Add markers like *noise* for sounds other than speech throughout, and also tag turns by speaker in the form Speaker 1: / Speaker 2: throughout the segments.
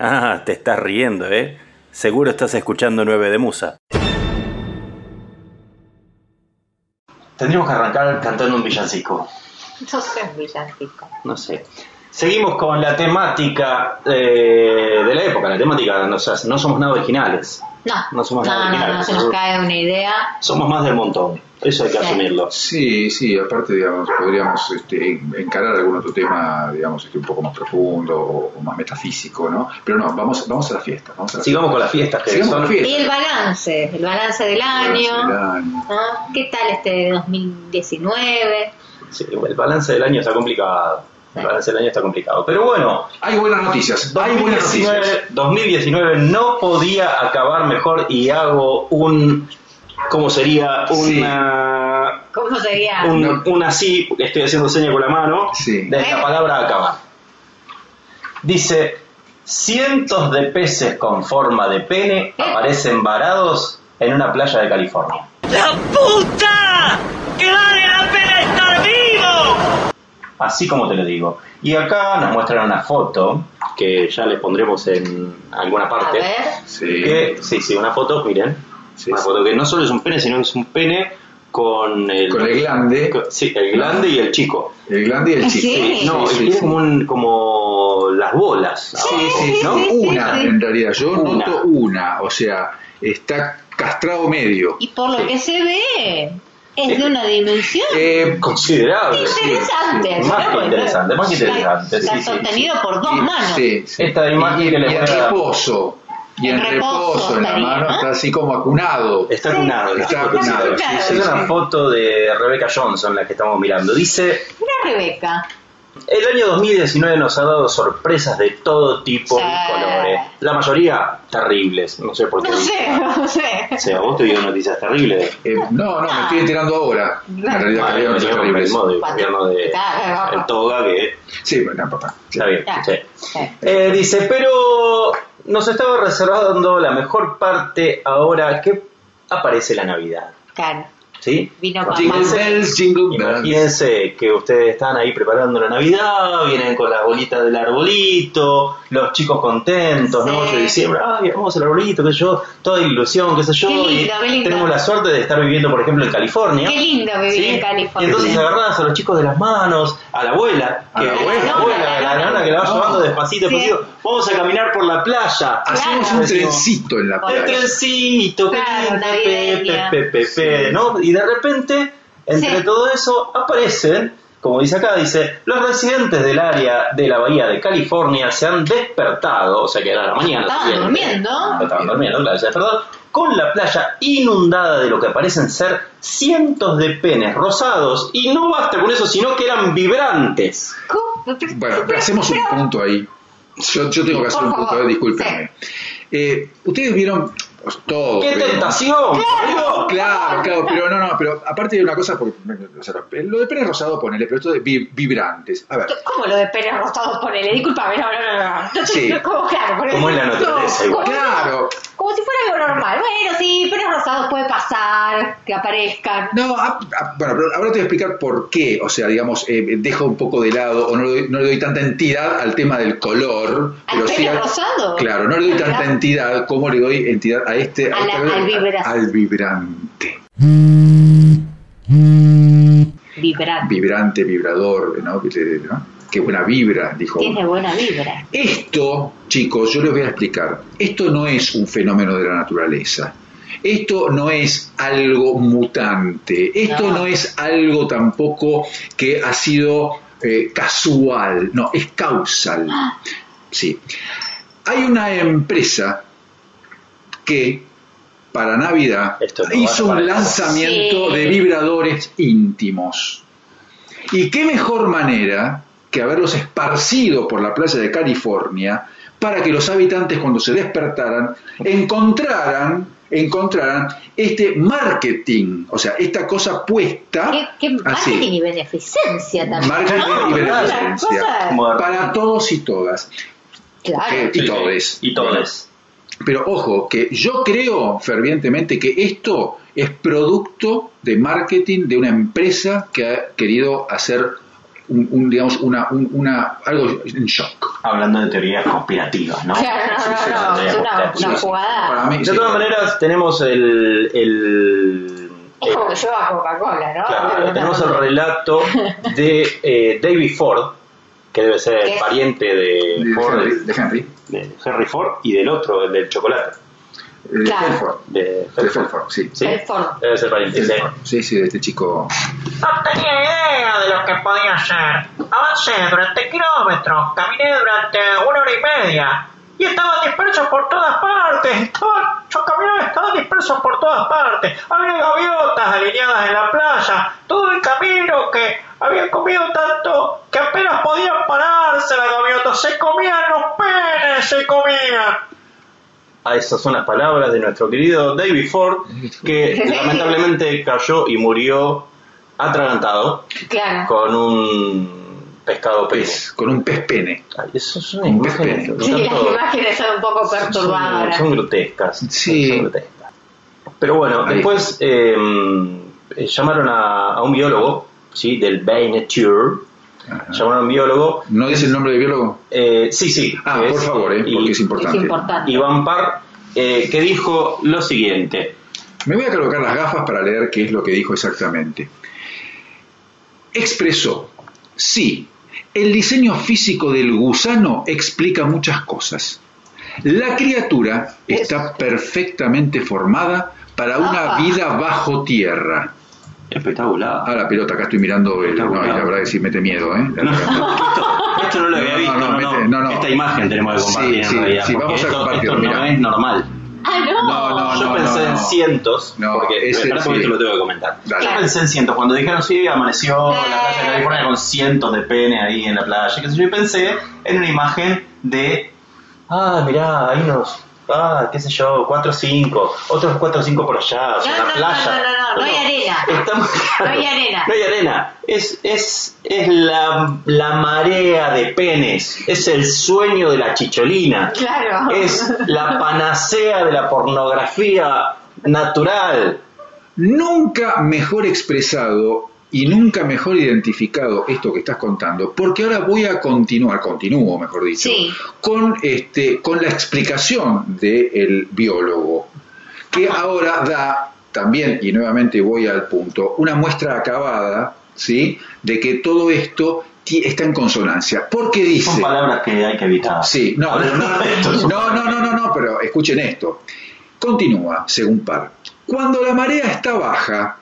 Speaker 1: Ah, te estás riendo, ¿eh? Seguro estás escuchando 9 de Musa.
Speaker 2: Tendríamos que arrancar cantando un villancico.
Speaker 3: No sé, villancico.
Speaker 2: No sé. Seguimos con la temática eh, de la época, la temática, no, o sea, no somos nada originales.
Speaker 3: No,
Speaker 2: No somos nada
Speaker 3: no, no,
Speaker 2: originales.
Speaker 3: no se nos cae una idea.
Speaker 2: Somos más del montón, eso hay que
Speaker 3: Sí.
Speaker 2: asumirlo.
Speaker 4: Sí, sí, aparte, digamos, podríamos este, encarar algún otro tema, digamos, este, un poco más profundo o, o más metafísico, ¿no? Pero no, vamos, vamos a la fiesta. Vamos a la
Speaker 2: Sigamos con las fiestas
Speaker 4: fiesta.
Speaker 2: que
Speaker 4: Sigamos
Speaker 2: son
Speaker 4: con la
Speaker 3: Y el
Speaker 4: fiesta.
Speaker 3: balance, el balance del año.
Speaker 4: Año.
Speaker 3: ¿no? ¿Qué tal este 2019?
Speaker 2: Sí, el balance del año está complicado. El balance del año está complicado. Pero bueno,
Speaker 4: Hay buenas noticias, hay buenas noticias.
Speaker 2: 2019, 2019 no podía acabar mejor y hago un. ¿Cómo sería?
Speaker 4: Sí.
Speaker 2: Una.
Speaker 3: ¿Cómo sería?
Speaker 2: Un, un así, porque estoy haciendo seña con la mano,
Speaker 4: Sí.
Speaker 2: de la palabra acabar. Dice: cientos de peces con forma de pene
Speaker 3: Eh.
Speaker 2: aparecen varados en una playa de California.
Speaker 5: ¡La puta! ¡Que vale la pena estar vivo!
Speaker 2: así como te lo digo. Y acá nos muestran una foto que ya les pondremos en alguna
Speaker 3: A
Speaker 2: parte.
Speaker 3: ver.
Speaker 4: Sí.
Speaker 2: Que, sí, sí, una foto, miren.
Speaker 4: Sí,
Speaker 2: una
Speaker 4: sí.
Speaker 2: foto que no solo es un pene, sino es un pene con el,
Speaker 4: Con el glande.
Speaker 2: con- sí, el glande y el chico. Eh,
Speaker 4: El grande y el
Speaker 3: Ah,
Speaker 4: chico.
Speaker 3: sí.
Speaker 2: No,
Speaker 4: sí,
Speaker 2: y tiene
Speaker 4: sí.
Speaker 2: como, un- como las bolas. Ah,
Speaker 4: Sí, sí,
Speaker 3: sí,
Speaker 4: no,
Speaker 3: sí,
Speaker 4: una
Speaker 3: sí.
Speaker 4: en realidad. Yo
Speaker 2: Una.
Speaker 4: noto una, o sea, está castrado medio.
Speaker 3: Y por lo
Speaker 2: Sí.
Speaker 3: que se ve, es de una dimensión
Speaker 4: Eh,
Speaker 2: Considerable. sí.
Speaker 3: interesante.
Speaker 2: sí. Más que
Speaker 3: ¿no? Porque
Speaker 2: interesante, más que
Speaker 3: está-
Speaker 2: interesante,
Speaker 3: Está
Speaker 2: sí, sí,
Speaker 3: sostenido por dos
Speaker 4: y-
Speaker 3: manos.
Speaker 4: sí, sí.
Speaker 2: Esta imagen
Speaker 4: y,
Speaker 2: que les
Speaker 4: y
Speaker 2: voy
Speaker 4: en
Speaker 2: a-
Speaker 4: reposo. Y en
Speaker 3: En reposo
Speaker 4: reposo en la
Speaker 3: estaría,
Speaker 4: mano
Speaker 3: ¿no?
Speaker 4: está así como acunado.
Speaker 2: Está acunado.
Speaker 4: Está
Speaker 3: acunado, sí, sí,
Speaker 2: Es una
Speaker 4: sí.
Speaker 2: foto de Rebecca Johnson la que estamos mirando. Dice,
Speaker 3: Mira a Rebeca.
Speaker 2: El año 2019 nos ha dado sorpresas de todo tipo
Speaker 3: Sí.
Speaker 2: y colores. La mayoría terribles. No sé por qué.
Speaker 3: No sé, no sé.
Speaker 2: O sea, vos te dio noticias terribles.
Speaker 4: Eh, no, no, me estoy enterando ahora. En realidad, que había
Speaker 2: Bueno,
Speaker 4: otros
Speaker 2: teníamos
Speaker 4: terribles.
Speaker 2: el modo de gobierno de
Speaker 3: Está,
Speaker 2: el Toga que
Speaker 4: Sí, bueno, papá.
Speaker 2: está bien.
Speaker 3: Está.
Speaker 2: sí.
Speaker 3: Sí.
Speaker 2: Eh, dice, pero nos estaba reservando la mejor parte ahora que aparece la Navidad.
Speaker 3: Claro.
Speaker 2: ¿Sí?
Speaker 3: Vino
Speaker 4: Jingle
Speaker 3: Mamá.
Speaker 4: bells, jingle bells.
Speaker 2: Imagínense que ustedes están ahí preparando la Navidad, vienen con las bolitas del arbolito, los chicos contentos,
Speaker 3: Sí.
Speaker 2: 8 de diciembre, ay, vamos al arbolito, qué sé yo, toda ilusión, qué sé yo.
Speaker 3: Qué lindo,
Speaker 2: y
Speaker 3: qué lindo.
Speaker 2: Tenemos la suerte de estar viviendo, por ejemplo, en California.
Speaker 3: Qué lindo vivir
Speaker 2: ¿sí?
Speaker 3: en California.
Speaker 2: Y entonces agarrás a los chicos de las manos, a la abuela,
Speaker 4: A
Speaker 2: que
Speaker 4: la
Speaker 3: abuela.
Speaker 2: a la abuela, a la nana que la va
Speaker 4: Ah, No.
Speaker 2: llevando despacito,
Speaker 3: Sí.
Speaker 2: despacito. Vamos a caminar por la playa.
Speaker 4: Hacemos
Speaker 3: Claro.
Speaker 4: un trencito en la
Speaker 3: Con
Speaker 2: El
Speaker 4: playa.
Speaker 2: trencito, qué
Speaker 3: Claro,
Speaker 2: lindo,
Speaker 3: navideña.
Speaker 2: pe, pe, pe, pe, ¿no? Y de repente, entre
Speaker 3: Sí.
Speaker 2: todo eso, aparecen, como dice acá, dice, los residentes del área de la bahía de California se han despertado, o sea que era la mañana.
Speaker 3: Estaban
Speaker 2: siguiente.
Speaker 3: durmiendo.
Speaker 2: Estaban durmiendo, claro, se despertaron, con la playa inundada de lo que parecen ser cientos de penes rosados, y no basta con eso, sino que eran vibrantes.
Speaker 3: ¿Cómo?
Speaker 4: Bueno, hacemos un punto ahí. Yo, yo tengo que hacer
Speaker 3: Por
Speaker 4: un punto,
Speaker 3: favor.
Speaker 4: eh, discúlpenme. Eh, Ustedes vieron pues, todo.
Speaker 2: ¡Qué
Speaker 4: vemos.
Speaker 2: tentación! amigo!
Speaker 4: Claro, claro, pero no, no, pero aparte de una cosa, porque, o sea, lo de Pérez Rosado ponele, pero esto de vi- vibrantes. A ver,
Speaker 3: ¿Cómo lo de pelo rostado ponele? Disculpame, no, no, no, no. No,
Speaker 4: Sí.
Speaker 3: no, ¿Cómo, claro, ponele.
Speaker 2: Como en la naturaleza, igual.
Speaker 3: como-
Speaker 4: Claro.
Speaker 3: Como si fuera algo normal. Bueno, sí, pero rosados puede pasar, que aparezcan.
Speaker 4: No, a- a- bueno, pero ahora te voy a explicar por qué, o sea, digamos, eh, dejo un poco de lado o no le, doy, no le doy tanta entidad al tema del color.
Speaker 3: ¿Al
Speaker 4: pero sí
Speaker 3: pelo rosado?
Speaker 4: Claro, no le doy tanta
Speaker 3: Claro.
Speaker 4: entidad como le doy entidad a este,
Speaker 3: A la-
Speaker 4: este-
Speaker 3: al vibra-
Speaker 4: al vibrante.
Speaker 3: Vibrante.
Speaker 4: Vibrante, vibrador, ¿no? ¿No? Qué buena vibra, dijo.
Speaker 3: Tiene buena vibra.
Speaker 4: Esto, chicos, yo les voy a explicar. Esto no es un fenómeno de la naturaleza. Esto no es algo mutante. Esto
Speaker 3: No.
Speaker 4: no, es algo tampoco que ha sido eh, casual. No, es causal. Sí. Hay una empresa que para Navidad
Speaker 2: Esto no
Speaker 4: hizo
Speaker 2: va a
Speaker 4: un
Speaker 2: parar.
Speaker 4: lanzamiento
Speaker 3: Sí.
Speaker 4: de vibradores íntimos. Y qué mejor manera que haberlos esparcido por la playa de California para que los habitantes cuando se despertaran encontraran encontraran este marketing, o sea, esta cosa puesta
Speaker 3: Qué, qué
Speaker 4: así,
Speaker 3: marketing y beneficencia también.
Speaker 4: Marketing
Speaker 3: ¿no?
Speaker 4: y
Speaker 3: Todas las
Speaker 4: beneficencia.
Speaker 3: cosas.
Speaker 2: Como-
Speaker 4: para todos y todas.
Speaker 3: Claro.
Speaker 4: Eh, y todes.
Speaker 2: Y todes.
Speaker 4: Pero ojo, que yo creo fervientemente que esto es producto de marketing de una empresa que ha querido hacer un, un, digamos, una, un- una- algo en shock.
Speaker 2: Hablando de teorías conspirativas, ¿no?
Speaker 3: Claro, no, no, no,
Speaker 2: teorías
Speaker 3: es una,
Speaker 2: conspirativas.
Speaker 3: una jugada.
Speaker 4: Para mí,
Speaker 2: De
Speaker 4: sí.
Speaker 2: todas maneras, tenemos el. el-
Speaker 3: Es como que yo a Coca-Cola, ¿no?
Speaker 2: claro,
Speaker 3: Una-
Speaker 2: tenemos el relato de eh, David Ford, que debe ser
Speaker 3: ¿Qué
Speaker 2: el
Speaker 3: es?
Speaker 2: pariente
Speaker 4: de
Speaker 2: de Eh, Ford,
Speaker 4: Henry. De Henry.
Speaker 2: de Henry Ford, y del otro, el del chocolate.
Speaker 4: Eh,
Speaker 3: Claro.
Speaker 4: Telford.
Speaker 2: De
Speaker 4: De Telford, sí.
Speaker 2: ¿Sí?
Speaker 3: Telford.
Speaker 2: Debe ser pariente. sí.
Speaker 4: Telford. Sí, sí, de este chico.
Speaker 6: No tenía idea de lo que podía hacer. Avancé durante kilómetros, caminé durante una hora y media y estaba disperso por todas partes. Estaba- yo caminaba, estaba disperso por todas partes. Había gaviotas alineadas en la playa. Todo el camino que habían comido tanto que apenas podían pararse las gaviotas. Se comían los penes, se comían.
Speaker 2: Ah, esas son las palabras de nuestro querido David Ford, que lamentablemente cayó y murió atragantado
Speaker 3: Claro.
Speaker 2: con un pescado pez.
Speaker 6: Pues,
Speaker 4: Pez, con un pez pene.
Speaker 2: Ay, eso es una
Speaker 4: Un
Speaker 2: imagen
Speaker 4: pez pene.
Speaker 2: un
Speaker 3: Sí, las
Speaker 2: tanto-
Speaker 3: imágenes son un poco
Speaker 2: son,
Speaker 3: perturbadoras.
Speaker 2: son grotescas.
Speaker 4: Sí.
Speaker 2: son grotescas. Pero bueno,
Speaker 4: Ahí.
Speaker 2: después eh, eh, llamaron a, a un biólogo, ¿sí? Del Bay Nature.
Speaker 4: Ajá.
Speaker 2: Llamaron a un biólogo.
Speaker 4: ¿No dice el nombre del biólogo?
Speaker 2: eh, sí, sí.
Speaker 4: Ah,
Speaker 2: que
Speaker 4: por
Speaker 2: es-
Speaker 4: favor, eh,
Speaker 2: y-
Speaker 4: porque es importante.
Speaker 3: Es importante.
Speaker 2: Iván Parr, eh, que dijo lo siguiente.
Speaker 4: Me voy a colocar las gafas para leer qué es lo que dijo exactamente. Expresó, sí, el diseño físico del gusano explica muchas cosas. La criatura está perfectamente formada para
Speaker 3: Ah.
Speaker 4: una vida bajo tierra.
Speaker 2: Espectacular.
Speaker 4: Ah, la pelota, acá estoy mirando el...
Speaker 2: Está
Speaker 4: No, y la
Speaker 2: bueno.
Speaker 4: verdad que sí mete miedo, ¿eh? La verdad.
Speaker 2: Esto no lo había
Speaker 4: No, no,
Speaker 2: visto,
Speaker 4: no,
Speaker 2: no,
Speaker 4: mete- no, no.
Speaker 2: Esta imagen tenemos que
Speaker 4: Sí,
Speaker 2: compartir en
Speaker 4: sí,
Speaker 2: realidad.
Speaker 4: sí,
Speaker 2: porque
Speaker 4: vamos a
Speaker 2: esto,
Speaker 4: compartirlo,
Speaker 2: esto no
Speaker 4: mirá.
Speaker 2: es normal.
Speaker 3: Ah, no.
Speaker 4: No, no,
Speaker 2: Yo pensé en
Speaker 4: no.
Speaker 2: cientos,
Speaker 4: No,
Speaker 2: porque
Speaker 4: ese-
Speaker 2: me parece que
Speaker 4: sí.
Speaker 2: esto lo tengo que comentar.
Speaker 4: Dale.
Speaker 2: Yo pensé en cientos. Cuando dijeron sí, amaneció la playa de California con cientos de pene ahí en la playa. qué sé yo, y pensé en una imagen de. Ah, mirá, hay unos. Ah, qué sé yo, cuatro o cinco. Otros cuatro o cinco por allá. o sea, la
Speaker 3: No, no, no,
Speaker 2: playa.
Speaker 3: no, no, no, no hay arena.
Speaker 2: Estamos-
Speaker 3: No hay arena.
Speaker 2: No hay arena. Es, es, es la, la marea de penes. Es el sueño de la chicholina
Speaker 3: Claro.
Speaker 2: es la panacea de la pornografía natural.
Speaker 4: Nunca mejor expresado y nunca mejor identificado esto que estás contando, porque ahora voy a continuar, continúo mejor dicho,
Speaker 3: Sí.
Speaker 4: con, este, con la explicación del biólogo, que ahora da también, y nuevamente voy al punto, una muestra acabada ¿sí? de que todo esto ti- está en consonancia, porque dice...
Speaker 2: Son palabras que hay que evitar.
Speaker 4: Sí,
Speaker 2: *laughs*
Speaker 4: no, pero no, no, no, no, no, no, pero escuchen esto. Continúa, según Par. Cuando la marea está baja,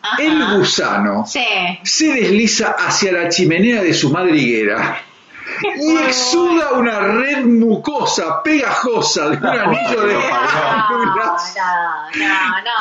Speaker 3: Ajá.
Speaker 4: el gusano
Speaker 3: Sí.
Speaker 4: se desliza hacia la chimenea de su madriguera y exuda una red mucosa, pegajosa de un anillo de Ah, glándulas.
Speaker 3: Ah, no,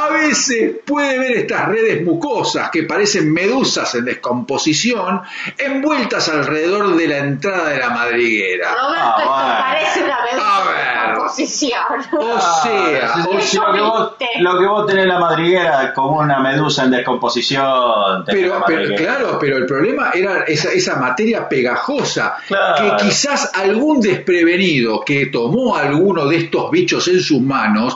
Speaker 3: no.
Speaker 4: A veces puede ver estas redes mucosas que parecen medusas en descomposición envueltas alrededor de la entrada de la madriguera.
Speaker 3: Roberto, esto
Speaker 2: Ah, bueno.
Speaker 3: parece una
Speaker 4: A ver.
Speaker 3: verdadera composición.
Speaker 4: O sea,
Speaker 2: Ah,
Speaker 4: o
Speaker 2: sí, sí,
Speaker 4: sea,
Speaker 2: lo, que vos, lo que vos tenés en la madriguera como una medusa en descomposición. tenés en
Speaker 4: pero,
Speaker 2: la
Speaker 4: pero-
Speaker 2: madriguera.
Speaker 4: claro, pero el problema era esa, esa materia pegajosa
Speaker 2: Claro.
Speaker 4: que quizás algún desprevenido que tomó alguno de estos bichos en sus manos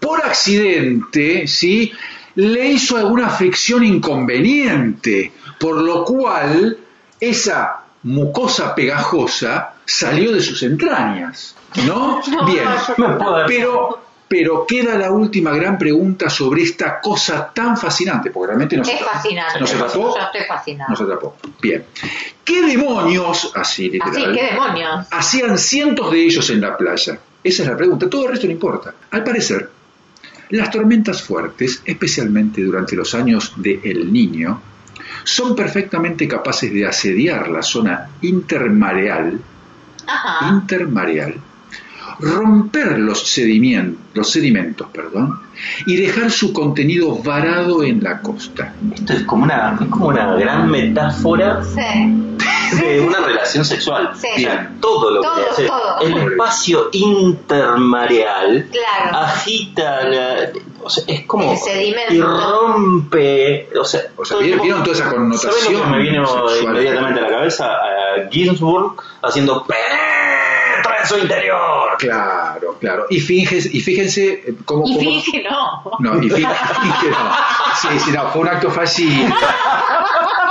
Speaker 4: por accidente, ¿sí? le hizo alguna fricción inconveniente, por lo cual esa mucosa pegajosa salió de sus entrañas, ¿no? Bien.
Speaker 2: No me puedo decir.
Speaker 4: Pero, pero queda la última gran pregunta sobre esta cosa tan fascinante, porque realmente nos,
Speaker 3: Es fascinante.
Speaker 4: nos atrapó.
Speaker 3: Yo estoy fascinada.
Speaker 4: Nos atrapó. Bien. ¿Qué demonios, así literal,
Speaker 3: Así, ¿qué demonios?
Speaker 4: hacían cientos de ellos en la playa? Esa es la pregunta. Todo el resto no importa. Al parecer, las tormentas fuertes, especialmente durante los años de El Niño, son perfectamente capaces de asediar la zona intermareal
Speaker 3: Ajá.
Speaker 4: intermareal, romper los, sedimien- los sedimentos perdón, y dejar su contenido varado en la costa.
Speaker 2: Esto es como una, es como una gran metáfora
Speaker 3: Sí.
Speaker 2: de una relación sexual.
Speaker 3: Sí.
Speaker 2: O sea, todo lo
Speaker 3: Todo,
Speaker 2: que hace.
Speaker 3: todo.
Speaker 2: El espacio intermareal
Speaker 3: Claro.
Speaker 2: agita la- o sea, es como
Speaker 3: El sedimento.
Speaker 2: y rompe o sea,
Speaker 4: O sea, ¿vieron- vieron toda esa connotación
Speaker 2: ¿Saben lo que me viene
Speaker 4: sexual?
Speaker 2: inmediatamente a la cabeza a Ginsburg haciendo penetra en su interior
Speaker 4: Claro, claro. Y fíjense, y fíjense eh, cómo...
Speaker 3: Y
Speaker 4: cómo-
Speaker 3: finge no.
Speaker 4: no, y fí- fíjense, no. Sí, sí, no, fue un acto fascista.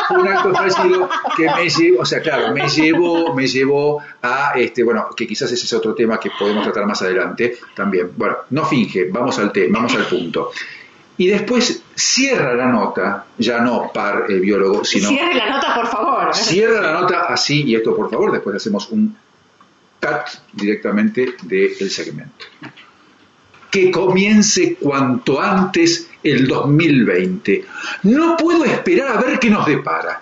Speaker 4: un acto parecido que me llevó, o sea, claro, me llevó, me llevó a, este, bueno, que quizás ese es otro tema que podemos tratar más adelante también. Bueno, no finge, vamos al tema, vamos al punto. Y después cierra la nota, ya no par eh, biólogo, sino
Speaker 3: Cierre la nota, por favor.
Speaker 4: cierra la nota así, y esto por favor, después hacemos un cut directamente del segmento. Que comience cuanto antes el 2020. No puedo esperar a ver qué nos depara.